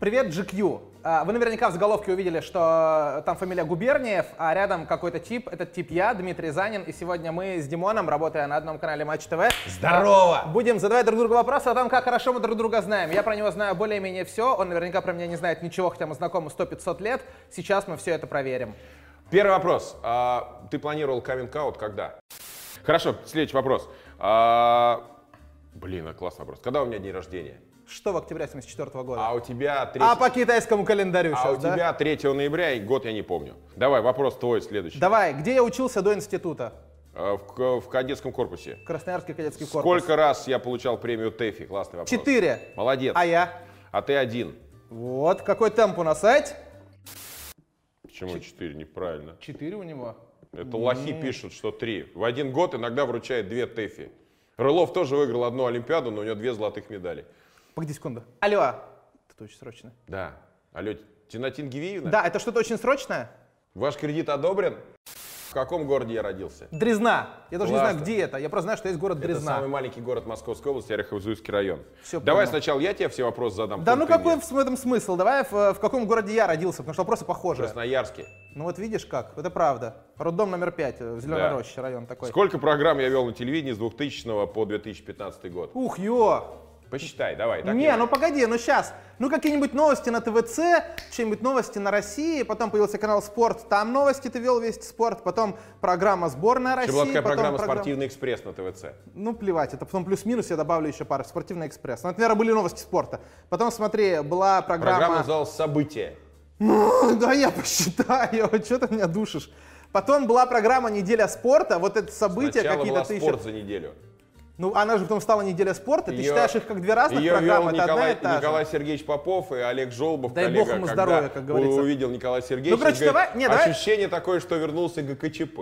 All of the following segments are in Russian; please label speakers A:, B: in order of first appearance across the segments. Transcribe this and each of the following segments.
A: Привет, GQ. А, Вы наверняка в заголовке увидели, что там фамилия Губерниев, а рядом какой-то тип. Этот тип я, Дмитрий Занин. И сегодня мы с Димоном, работая на одном канале Матч ТВ,
B: Здорово!
A: будем задавать друг другу вопросы о том, как хорошо мы друг друга знаем. Я про него знаю более-менее все. Он наверняка про меня не знает ничего, хотя мы знакомы 100-500 лет. Сейчас мы все это проверим.
B: Первый вопрос. А, ты планировал каминг-аут когда? Хорошо, следующий вопрос. А, блин, а классный вопрос. Когда у меня день рождения?
A: Что в октябре 74 года?
B: А у тебя 3,
A: А по китайскому календарю
B: а у
A: сейчас, да?
B: тебя 3 ноября, и год я не помню. Давай, вопрос твой следующий.
A: Давай, где я учился до института?
B: А, в, к- в кадетском корпусе.
A: Красноярский кадетский корпус.
B: Сколько раз я получал премию ТЭФИ? Классный вопрос.
A: Четыре.
B: Молодец.
A: А я?
B: А ты один.
A: Вот, какой темп у нас, ать?
B: Почему четыре? Неправильно.
A: Четыре у него.
B: Это лохи пишут, что три. В один год иногда вручает две ТЭФИ. Рылов тоже выиграл одну Олимпиаду, но у него две золотых медали.
A: Погоди секунду. Алло. Это очень срочно.
B: Да. Алло, Тинатин Гивиевна?
A: Да, это что-то очень срочное?
B: Ваш кредит одобрен? В каком городе я родился?
A: Дрезна. Я даже не знаю,
B: Классно.
A: где это. Я просто знаю, что есть город
B: Это
A: Дрезна.
B: самый маленький город Московской области, Орехово-Зуевский район.
A: Всё
B: Давай
A: понял.
B: сначала я тебе все вопросы задам.
A: Да
B: потом
A: ну
B: ты
A: какой
B: мне.
A: в этом смысл? Давай в, в каком городе я родился, потому что вопросы
B: В
A: похожи.
B: Красноярске.
A: Ну вот видишь как, это правда. Роддом номер пять, э, в Зеленой
B: Да.
A: Роще район такой.
B: Сколько программ я вел на телевидении с 2000 по 2015 год?
A: Ух, ё!
B: Посчитай, давай. так
A: Не,
B: я-
A: ну погоди, ну сейчас. Ну какие-нибудь новости на ТВЦ, что-нибудь новости на России, потом появился канал «Спорт», там новости ты вел весь спорт, потом программа «Сборная России».
B: Еще была такая
A: потом
B: программа «Спортивный экспресс» на ТВЦ.
A: Ну, плевать, это потом плюс-минус, я добавлю еще пару. Спортивный экспресс. Ну, это, наверное, были новости спорта. Потом, смотри, была
B: Программа
A: программа...
B: «Зал события».
A: Ну, да, я посчитаю, что ты меня душишь. Потом была программа «Неделя спорта», вот это события
B: Сначала
A: какие-то
B: была
A: ты еще...
B: спорт за неделю.
A: Ну, она же потом стала «Неделя спорта», ты
B: Её-
A: считаешь их как две разных
B: её
A: программы,
B: вел
A: это одна
B: Николай,
A: и та же.
B: Николай Сергеевич Попов и Олег Жолбов,
A: Дай
B: коллега,
A: бог ему
B: когда
A: здоровья, как говорится.
B: увидел Николая Сергеевича,
A: Ну, короче,
B: он говорит,
A: давай- не, давай-
B: ощущение такое, что вернулся ГКЧП.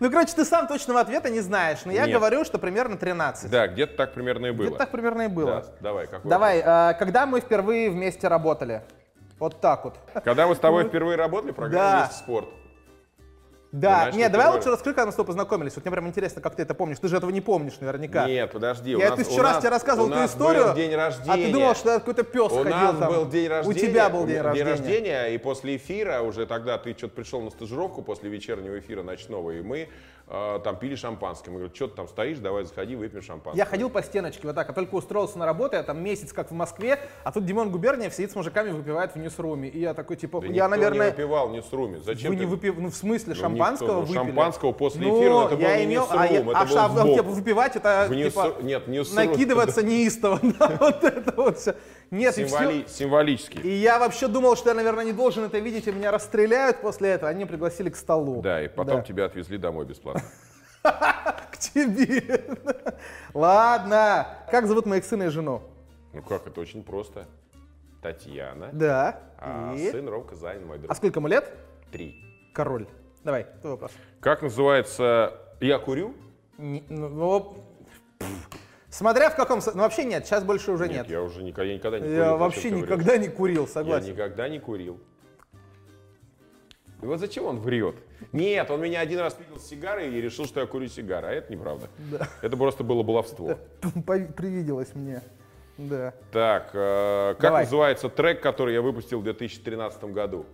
A: Ну, короче, ты сам точного ответа не знаешь, но я
B: Нет.
A: говорю, что примерно 13.
B: Да, где-то так примерно и было.
A: Это так примерно и было.
B: Да, давай, какой
A: Давай, а, когда мы впервые вместе работали? Вот так вот.
B: вопрос? Когда мы с тобой впервые работали в программе
A: Ну, Да.
B: «Вместе спорт»,
A: Да,
B: знаешь,
A: нет,
B: что
A: давай
B: впервые?
A: лучше расскажи, когда мы с тобой познакомились. Вот мне прям интересно, как ты это помнишь. Ты же этого не помнишь наверняка.
B: Нет, подожди. у
A: Я
B: нас-
A: тысячу
B: у
A: раз
B: нас-
A: тебе рассказывал
B: у
A: эту
B: нас
A: историю.
B: был день рождения.
A: А ты думал, что это какой-то пес
B: У
A: ходил
B: нас
A: там.
B: был день рождения.
A: У тебя был
B: у
A: день,
B: меня
A: рождения.
B: рождения, и после эфира, уже тогда ты что-то пришел на стажировку после вечернего эфира ночного, и мы э, там пили шампанское. Мы говорим, что ты там стоишь, давай заходи, выпьем шампанское.
A: Я ходил по стеночке вот так, а только устроился на работу, я там месяц как в Москве, а тут Димон Губерниев сидит с мужиками, выпивает в ньюсруме. И я такой, типа,
B: Да
A: я,
B: никто не
A: наверное,
B: выпивал не с руми. Зачем
A: Вы
B: ты-
A: не выпив... Ну, в смысле,
B: Ну, никто,
A: шампанского
B: ну,
A: выпили?
B: шампанского после
A: Ну,
B: эфира, но это
A: я
B: был не
A: имел...
B: Ньюсрум,
A: а я-
B: это
A: а
B: был
A: шам-
B: сбоку.
A: типа, выпивать, это,
B: В Ньюс-
A: типа,
B: нет, Ньюсрум,
A: накидываться неистово. Да, вот это вот все. Нет, и
B: Символи-
A: все.
B: Символический.
A: И я вообще думал, что я, наверное, не должен это видеть, и меня расстреляют после этого. Они пригласили к столу.
B: Да, и потом
A: Да.
B: тебя отвезли домой бесплатно.
A: К тебе. Ладно. Как зовут моих сына и жену?
B: Ну как, это очень просто. Татьяна,
A: Да.
B: а
A: И-
B: сын Ромка Занин, мой
A: А
B: друг.
A: сколько ему лет?
B: Три.
A: Король. Давай, твой вопрос.
B: Как называется «Я курю»?
A: Не- ну, ну, пф. Смотря в каком... со- Ну, вообще нет, сейчас больше уже нет.
B: я уже никогда, я никогда не курил.
A: Я
B: зачем
A: вообще
B: ты врешь?
A: никогда не курил,
B: Я
A: согласен.
B: никогда не курил. И вот зачем он врет? Нет, он меня один раз видел с сигарой и решил, что я курю сигары, а это неправда. Это просто было баловство.
A: Пов- Привиделось мне. Да.
B: Так, э, как
A: Давай.
B: называется трек, который я выпустил в 2013 году?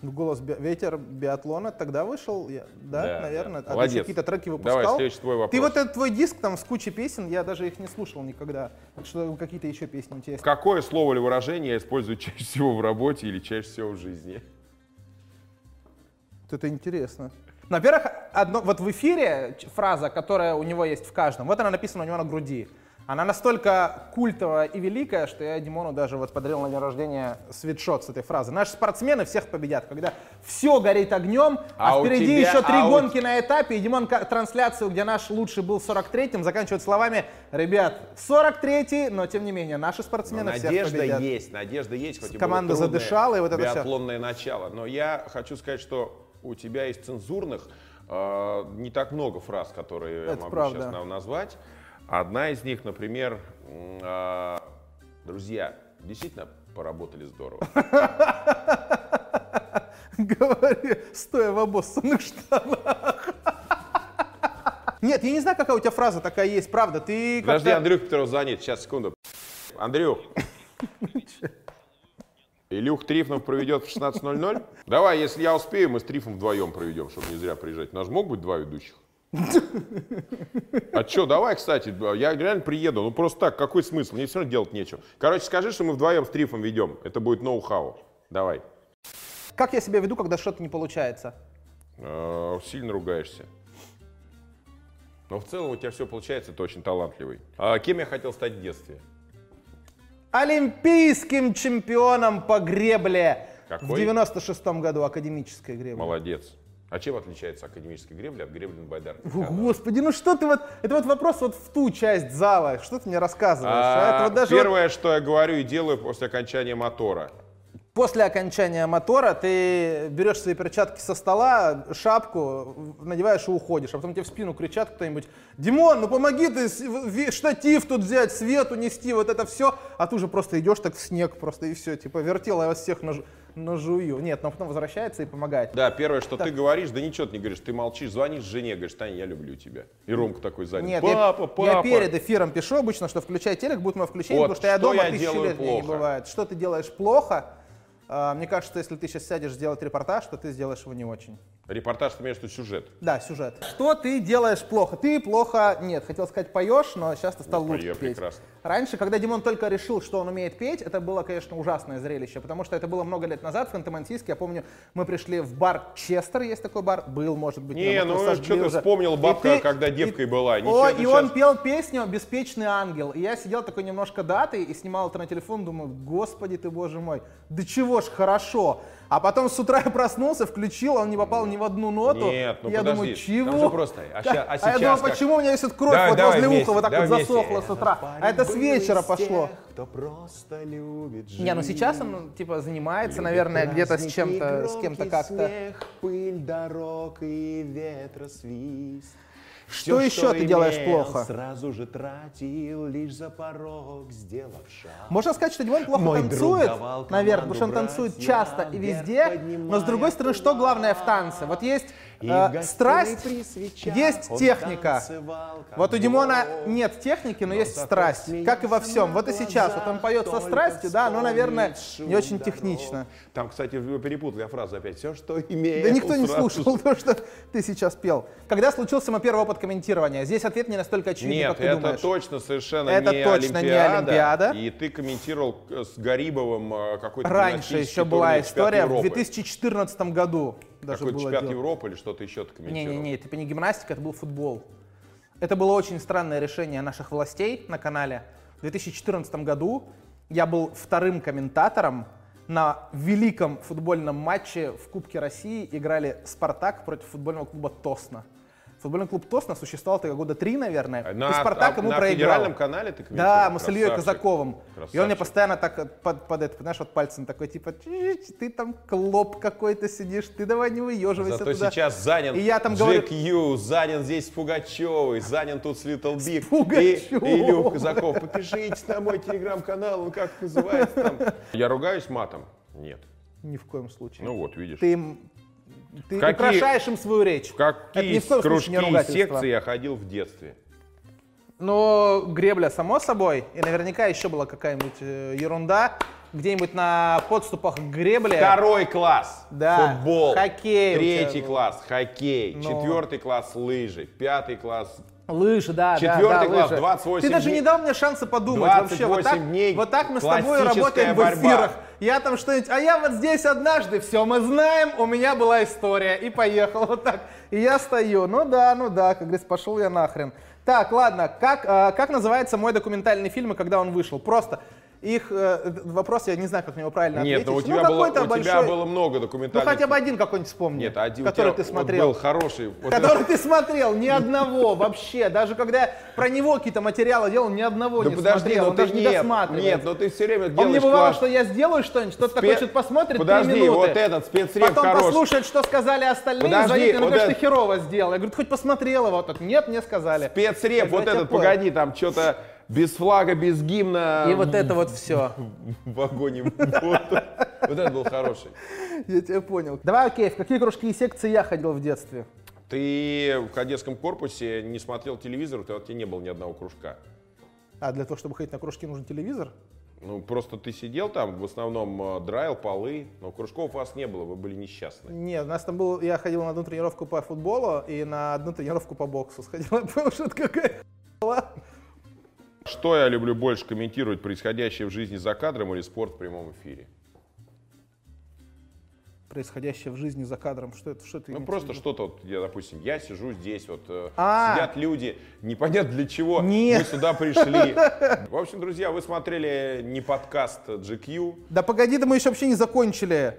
A: Ну, голос би- ветер биатлона тогда вышел, я- да,
B: Да,
A: наверное.
B: да.
A: А ты
B: Молодец.
A: еще какие-то треки
B: Давай,
A: выпускал?
B: следующий твой вопрос.
A: Ты вот этот твой диск там с кучей песен, я даже их не слушал никогда. Так что какие-то еще песни у тебя есть?
B: Какое слово или выражение я использую чаще всего в работе или чаще всего в жизни?
A: Вот Это интересно. Ну, Во-первых, одно, вот в эфире ч- фраза, которая у него есть в каждом, вот она написана у него на груди. Она настолько культовая и великая, что я Димону даже вот подарил на день рождения свитшот с этой фразы. Наши спортсмены всех победят, когда все горит огнем, а,
B: А у
A: впереди
B: тебя-
A: еще три
B: а у
A: гонки на этапе. И Димон ка- трансляцию, где наш лучший был 43-м, заканчивает словами «Ребят, 43-й, но тем не менее, наши
B: Но
A: спортсмены всех
B: надежда
A: победят».
B: есть, надежда есть. Хоть и было
A: Команда
B: трудное
A: задышала, и вот это всё.
B: биатлонное начало. Но я хочу сказать, что у тебя есть цензурных э, не так много фраз, которые я
A: Это
B: могу
A: правда.
B: сейчас нам назвать. Одна из них, например, м, э, друзья, действительно поработали здорово.
A: Говори, стоя в обоссанных штанах. Нет, я не знаю, какая у тебя фраза такая есть, правда. Ты
B: Подожди, а-
A: как-то-
B: Андрюх Петров звонит. Сейчас, секунду. Андрюх, Илюх Трифнов проведет в 16.00? Давай, если я успею, мы с Трифом вдвоем проведем, чтобы не зря приезжать. У нас же мог быть два ведущих? А что, давай, кстати, я реально приеду. Ну просто так, какой смысл? Мне все равно делать нечего. Короче, скажи, что мы вдвоем с Трифом ведем. Это будет ноу-хау. Давай.
A: Как я себя веду, когда что-то не получается?
B: Э, Сильно ругаешься. Но в целом у тебя все получается, ты очень талантливый. А кем я хотел стать в детстве?
A: Олимпийским чемпионом по гребле в
B: Какой?
A: 96 году академической гребле.
B: Молодец. А чем отличается академическая гребля от гребли на байдарке?
A: О, Господи, ну что ты вот... Это вот вопрос вот в ту часть зала. Что ты мне рассказываешь? а? Это
B: А,
A: вот даже вот
B: Первое, что я говорю и делаю после окончания мотора.
A: после окончания мотора ты берешь свои перчатки со стола, шапку, в- надеваешь и уходишь. А потом тебе в спину кричат кто-нибудь, Димон, ну помоги ты с- в- ви- штатив тут взять, свет унести, вот это все. А ты уже просто идешь так в снег просто и все. Типа вертела я вас всех наж- нажую. Нет, но потом возвращается и помогает.
B: Да, первое, что ты говоришь, да ничего ты не говоришь. Ты молчишь, звонишь жене, говоришь, Таня, я люблю тебя. И Ромка такой сзади.
A: Нет, я-
B: папа,
A: я,
B: папа.
A: перед эфиром пишу обычно, что включай телек, будет мое включение,
B: Вот,
A: потому что я
B: что
A: дома
B: я
A: тысячу
B: делаю
A: лет мне не
B: плохо.
A: бывает. Что ты делаешь плохо? А, Мне кажется, что если ты сейчас сядешь сделать репортаж, то ты сделаешь его не очень.
B: Репортаж, ты имеешь в виду сюжет.
A: Да, сюжет. Что ты делаешь плохо? Ты плохо, нет, хотел сказать поешь, но сейчас ты стал
B: Ну,
A: лучше
B: пою
A: петь.
B: прекрасно.
A: Раньше, когда Димон только решил, что он умеет петь, это было, конечно, ужасное зрелище, потому что это было много лет назад в Ханты-Мансийске. Я помню, мы пришли в бар Честер, есть такой бар, был, может быть.
B: Не,
A: наверное,
B: ну,
A: Саш
B: чё ты
A: Блюза.
B: вспомнил,
A: И
B: бабка, когда девкой была, ничего
A: О,
B: ты
A: и он
B: щас-
A: пел песню «Беспечный ангел». И я сидел такой немножко датой и снимал это на телефон, думаю, господи ты, боже мой, да чего ж хорошо. А потом с утра я проснулся, включил, он не попал ни в одну ноту.
B: Нет, ну
A: я думаю,
B: подожди,
A: чего?
B: там же просто, а ща- а
A: я думаю,
B: сейчас как?
A: почему у меня висит кровь
B: Давай,
A: вот
B: давай
A: возле
B: вместе,
A: уха, вот так
B: давай
A: вот
B: вместе.
A: засохла с утра. А это с вечера пошло.
B: Кто просто любит
A: Не, ну сейчас он, типа, занимается, наверное, где-то с чем-то, с кем-то как-то.
C: пыль дорог и ветра свист.
A: Что еще ты делаешь плохо?
C: Сразу же тратил, лишь за порог сделав шаг.
A: Можно сказать, что Димон плохо
C: Мой друг
A: танцует,
C: давал
A: наверное, потому
C: команду
A: что он танцует
C: брать,
A: часто
C: я
A: и
C: вверх
A: везде.
C: поднимаю
A: Но с другой стороны, что главное в танце? Вот есть
C: И
A: э,
C: в гостиной
A: страсть,
C: при свечах
A: есть
C: он
A: техника.
C: танцевал, как
A: Вот у Димона
C: бог.
A: нет техники, но есть
C: зато
A: страсть, как и во
C: смеялся
A: всем.
C: на
A: Вот и сейчас, вот он
C: глазах,
A: поет со
C: только
A: страстью, да, но, наверное,
C: вспомнить шум
A: не очень
C: дорог.
A: технично.
B: Там, кстати, перепутал я фразу опять. Все, что имею.
A: Да никто не
B: сразу
A: слушал
B: же.
A: то, что ты сейчас пел. Когда случился мой первый опыт комментирования? Здесь ответ не настолько очевиден,
B: Нет,
A: как ты
B: это
A: думаешь.
B: точно совершенно
A: Это
B: не,
A: точно не
B: Олимпиада,
A: Олимпиада.
B: И ты комментировал э, с Гарибовым э, какой-то
A: Раньше
B: гимнастический
A: еще была
B: турнир чемпионата
A: история, в
B: Европы.
A: 2014 году даже
B: Какой-то
A: было
B: чемпионат
A: дело.
B: Европы или что-то еще ты комментировал?
A: Не-не-не, это типа не гимнастика, это был футбол. Это было очень странное решение наших властей на канале. В 2014 году я был вторым комментатором на великом футбольном матче в Кубке России играли «Спартак» против футбольного клуба «Тосна». Футбольный клуб «Тосна» существовал только года три, наверное,
B: На,
A: и «Спартак»
B: а-
A: ему
B: на
A: проиграл.
B: федеральном канале ты комментировал?
A: Да, мы с Ильей
B: Красавчик.
A: Казаковым. И он мне
B: Красавчик.
A: постоянно так э, под, под это, знаешь, вот пальцем такой, типа, «Чш, ты там клоп какой-то сидишь, ты давай не выеживайся
B: Зато
A: туда».
B: сейчас занят
A: И я там говорю-
B: Джек Ю, занят здесь с Пугачевой, занят тут с Литл Биг.
A: Пугачёвой.
B: И, и Илюх Казаков, попишите на мой телеграм-канал, он как называется там. Я ругаюсь матом? Нет.
A: Ни в коем случае.
B: Ну вот, видишь.
A: ты им- ты
B: Какие-
A: украшаешь им свою речь.
B: В
A: Это
B: Какие
A: ни в коем случае
B: кружки
A: не
B: и
A: ругательство.
B: секции я ходил в детстве?
A: Но гребля, само собой, и наверняка еще была какая-нибудь э, ерунда, где-нибудь на подступах к гребле.
B: Второй класс.
A: Да.
B: Футбол.
A: Хоккей у
B: Третий
A: тебя был.
B: класс. Хоккей.
A: Ну.
B: Четвертый класс. Лыжи. Пятый класс.
A: Лыжи, да, да, да,
B: Четвертый класс,
A: лыжи.
B: 28
A: Ты даже
B: дней.
A: не дал мне шанса подумать вообще. Вот
B: 28
A: так,
B: дней
A: вот так мы с тобой
B: классическая
A: работаем в
B: борьба.
A: эфирах. Я там что-нибудь, а я вот здесь однажды, все мы знаем, у меня была история, и поехал вот так. И я стою, ну да, ну да, как говорится, пошел я нахрен. Так, ладно, как, э, как называется мой документальный фильм и когда он вышел? Просто их, э, этот вопрос, я не знаю, как на него правильно
B: Нет,
A: ответить.
B: ну у тебя, было, у
A: какой-то
B: тебя
A: большой-
B: было много
A: Ну
B: документальных.
A: хотя бы один какой-нибудь вспомни,
B: Нет, один у
A: который
B: тебя
A: ты
B: вот
A: смотрел.
B: был хороший. Вот
A: Который ты смотрел, ни одного вообще. Даже когда я про него какие-то материалы делал, ни одного
B: Да
A: не
B: подожди,
A: смотрел.
B: ну
A: Он
B: ты
A: даже не
B: нет,
A: досматривает.
B: Нет, но ты все время делаешь
A: Он мне бывало,
B: класс.
A: что я сделаю что-нибудь, кто-то такой
B: Спе-
A: что-то посмотрит
B: Подожди,
A: три минуты.
B: вот этот спецреф
A: Потом
B: хороший.
A: послушает, что сказали остальные,
B: Подожди,
A: звонит мне, ну,
B: вот
A: конечно,
B: этот-
A: херово сделал. Я говорю, ты хоть посмотрел его? Тот, нет, мне сказали. Я
B: Спецреп, вот
A: тебя
B: этот,
A: понял.
B: погоди, там что-то без флага, без гимна.
A: И вот это вот все.
B: В вагоне. бота. Вот это был хороший.
A: Я тебя понял. Давай, окей, в какие кружки и секции я ходил в детстве?
B: Ты в кадетском корпусе не смотрел телевизор, у тебя у тебя не было ни одного кружка.
A: А для того, чтобы ходить на кружки, нужен телевизор?
B: Ну, просто ты сидел там, в основном э, драил полы, но кружков у вас не было, вы были несчастны.
A: Нет, у нас там был, я ходил на одну тренировку по футболу и на одну тренировку по боксу сходил. Я понял, что это какая была.
B: Что я люблю больше комментировать, происходящее в жизни за кадром или спорт в прямом эфире?
A: Происходящее в жизни за кадром. Что это? Что ты
B: Ну
A: имеешь в
B: просто
A: виду?
B: что-то, вот, я, допустим, я сижу здесь, вот э,
A: А.
B: сидят люди, непонятно для чего
A: Нет.
B: мы сюда пришли. В общем, друзья, вы смотрели не подкаст э, GQ.
A: Да погоди, да мы еще вообще не закончили.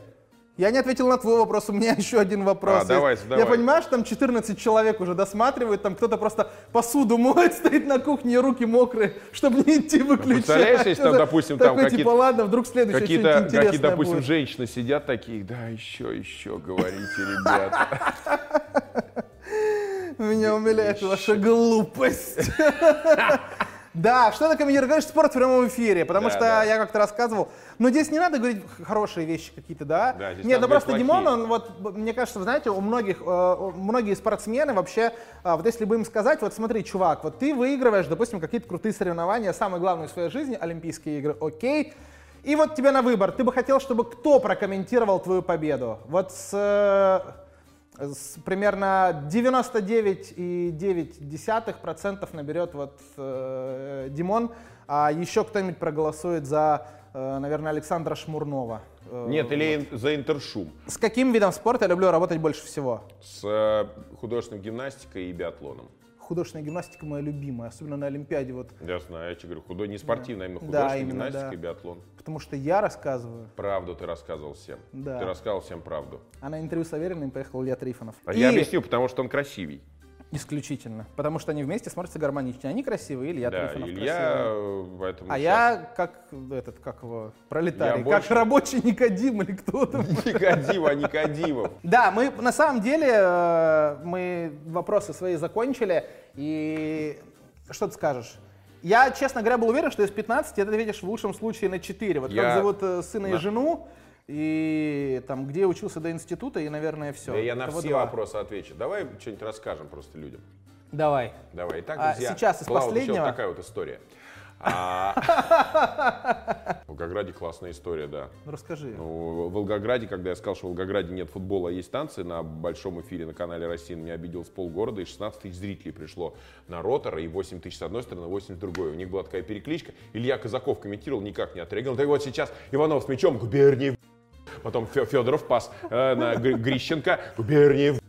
A: Я не ответил на твой вопрос, у меня еще один вопрос.
B: А,
A: есть.
B: давай,
A: Я
B: давай.
A: понимаю, что там 14 человек уже досматривают, там кто-то просто посуду моет, стоит на кухне, руки мокрые, чтобы не идти выключать.
B: Ну, представляешь, если там,
A: Это
B: допустим, там
A: такой, типа,
B: какие-то-
A: ладно, вдруг следующее
B: Какие-то,
A: что-нибудь
B: какие,
A: интересное
B: допустим,
A: будет.
B: женщины сидят такие, да, еще, еще, говорите, ребята.
A: Меня умиляет ваша глупость. Да, что такое комментируешь спорт в прямом эфире? Потому
B: Да,
A: что
B: да.
A: я как-то рассказывал. Но здесь не надо говорить х- хорошие вещи какие-то, да?
B: Да, здесь
A: Нет,
B: надо
A: ну просто
B: говорить
A: Димон,
B: плохие.
A: он вот, б- мне кажется, вы знаете, у многих, э, у- многие спортсмены вообще, а, вот если бы им сказать, вот смотри, чувак, вот ты выигрываешь, допустим, какие-то крутые соревнования, самые главные в своей жизни, Олимпийские игры, окей. И вот тебе на выбор, ты бы хотел, чтобы кто прокомментировал твою победу? Вот с, э, с примерно 99,9% наберет вот э, Димон, а еще кто-нибудь проголосует за, э, наверное, Александра Шмурнова. Э,
B: Нет, или ин- за интершум
A: с каким видом спорта я люблю работать больше всего?
B: с э, художественной гимнастикой и биатлоном.
A: Художественная гимнастика моя любимая, особенно на Олимпиаде, вот,
B: Я знаю, я тебе говорю, худо... не спортивная, а именно
A: Да,
B: художественная
A: именно,
B: гимнастика
A: да.
B: и биатлон.
A: потому что я рассказываю,
B: Правду ты рассказывал всем.
A: Да.
B: Ты рассказывал всем правду.
A: а на интервью с Авериным поехал Илья Трифонов.
B: А
A: И
B: я объясню, потому что он красивей.
A: Исключительно, потому что они вместе смотрятся гармонично. Они красивые, Илья
B: да,
A: Трифонов
B: Илья,
A: красивый.
B: э, поэтому...
A: А
B: всё.
A: я как этот, как его, пролетарий, как
B: Я больше-
A: рабочий Никодим или кто-то.
B: Никодима, Никодимов.
A: Да, мы на самом деле э, мы вопросы свои закончили. И что ты скажешь? Я, честно говоря, был уверен, что из 15 ты ответишь в лучшем случае на 4. Вот как
B: Я-
A: зовут э, сына и
B: на-
A: жену, и там, где учился до института, и, наверное, все.
B: Да я на все вопросы отвечу. Давай что-нибудь расскажем просто людям.
A: Давай.
B: Давай. Итак,
A: А,
B: друзья,
A: сейчас из
B: была вот ещё
A: последнего?
B: вот такая вот история. А, В Волгограде классная история, да.
A: Ну, расскажи.
B: Ну, в Волгограде, когда я сказал, что в Волгограде нет футбола, а есть танцы, на большом эфире на канале «Россия» на меня обиделось полгорода, и 16 тысяч зрителей пришло на ротора, и 8 тысяч с одной стороны, 8 с другой. У них была такая перекличка. Илья Казаков комментировал, никак не отреагировал. Так вот сейчас Иванов с мячом, губерния, в***». потом Федоров пас э, на Гри- Грищенко, губерния, в***».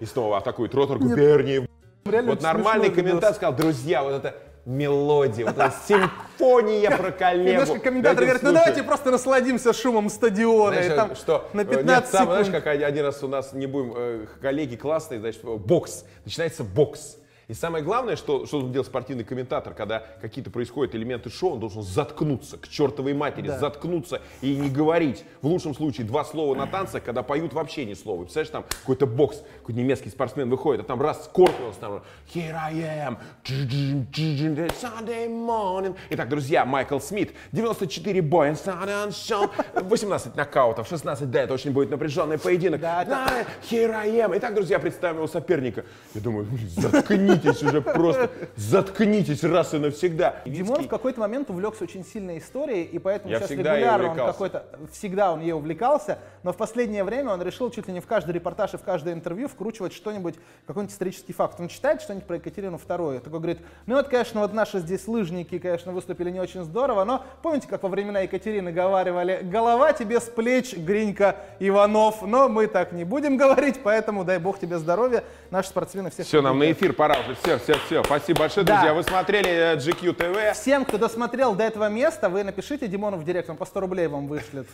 B: и снова атакует ротор, губерния, в***».
A: Реально
B: Вот
A: очень
B: нормальный
A: смешной видос.
B: комментатор сказал, друзья, вот это мелодия, вот эта симфония про коллегу.
A: Немножко комментатор
B: Дайте
A: говорит, ну
B: слушать».
A: давайте просто насладимся шумом стадиона.
B: Знаешь,
A: и там
B: что,
A: на
B: э,
A: 15
B: нет, сам,
A: секунд.
B: знаешь, как один- один раз у нас не будем, э, коллеги классные, значит, э, бокс, начинается бокс. И самое главное, что, что должен делать спортивный комментатор, когда какие-то происходят элементы шоу, он должен заткнуться, к чертовой матери,
A: Да.
B: заткнуться и не говорить. В лучшем случае два слова на танцах, когда поют вообще ни слова. Представляешь, там какой-то бокс, какой-то немецкий спортсмен выходит, а там раз Скорпионс, там Here I am, Sunday morning. Итак, друзья, Майкл Смит, 94 боя, Sun and Shine, 18 нокаутов, 16 да, это очень будет напряженный поединок.
A: Да, да.
B: Да, here I am. Итак, друзья, представим его соперника. Я думаю, блин, заткнитесь уже просто, заткнитесь раз и навсегда.
A: Димон в какой-то момент увлекся очень сильной историей, и поэтому
B: Я
A: сейчас
B: всегда ей
A: регулярно он
B: увлекался.
A: какой-то... Всегда он ей увлекался, но в последнее время он решил чуть ли не в каждый репортаж и в каждое интервью вкручивать что-нибудь, какой-нибудь исторический факт. Он читает что-нибудь про Екатерину II, такой говорит, ну вот, конечно, вот наши здесь лыжники, конечно, выступили не очень здорово, но помните, как во времена Екатерины говаривали, голова тебе с плеч, Гринька Иванов, но мы так не будем говорить, поэтому дай бог тебе здоровья, наши спортсмены всех...
B: Все, нам на
A: победят».
B: эфир пора уже. Все, все, все. Спасибо большое,
A: Да.
B: друзья. Вы смотрели э, GQ TV.
A: Всем, кто досмотрел до этого места, вы напишите Димону в директ, он по 100 рублей вам вышлет.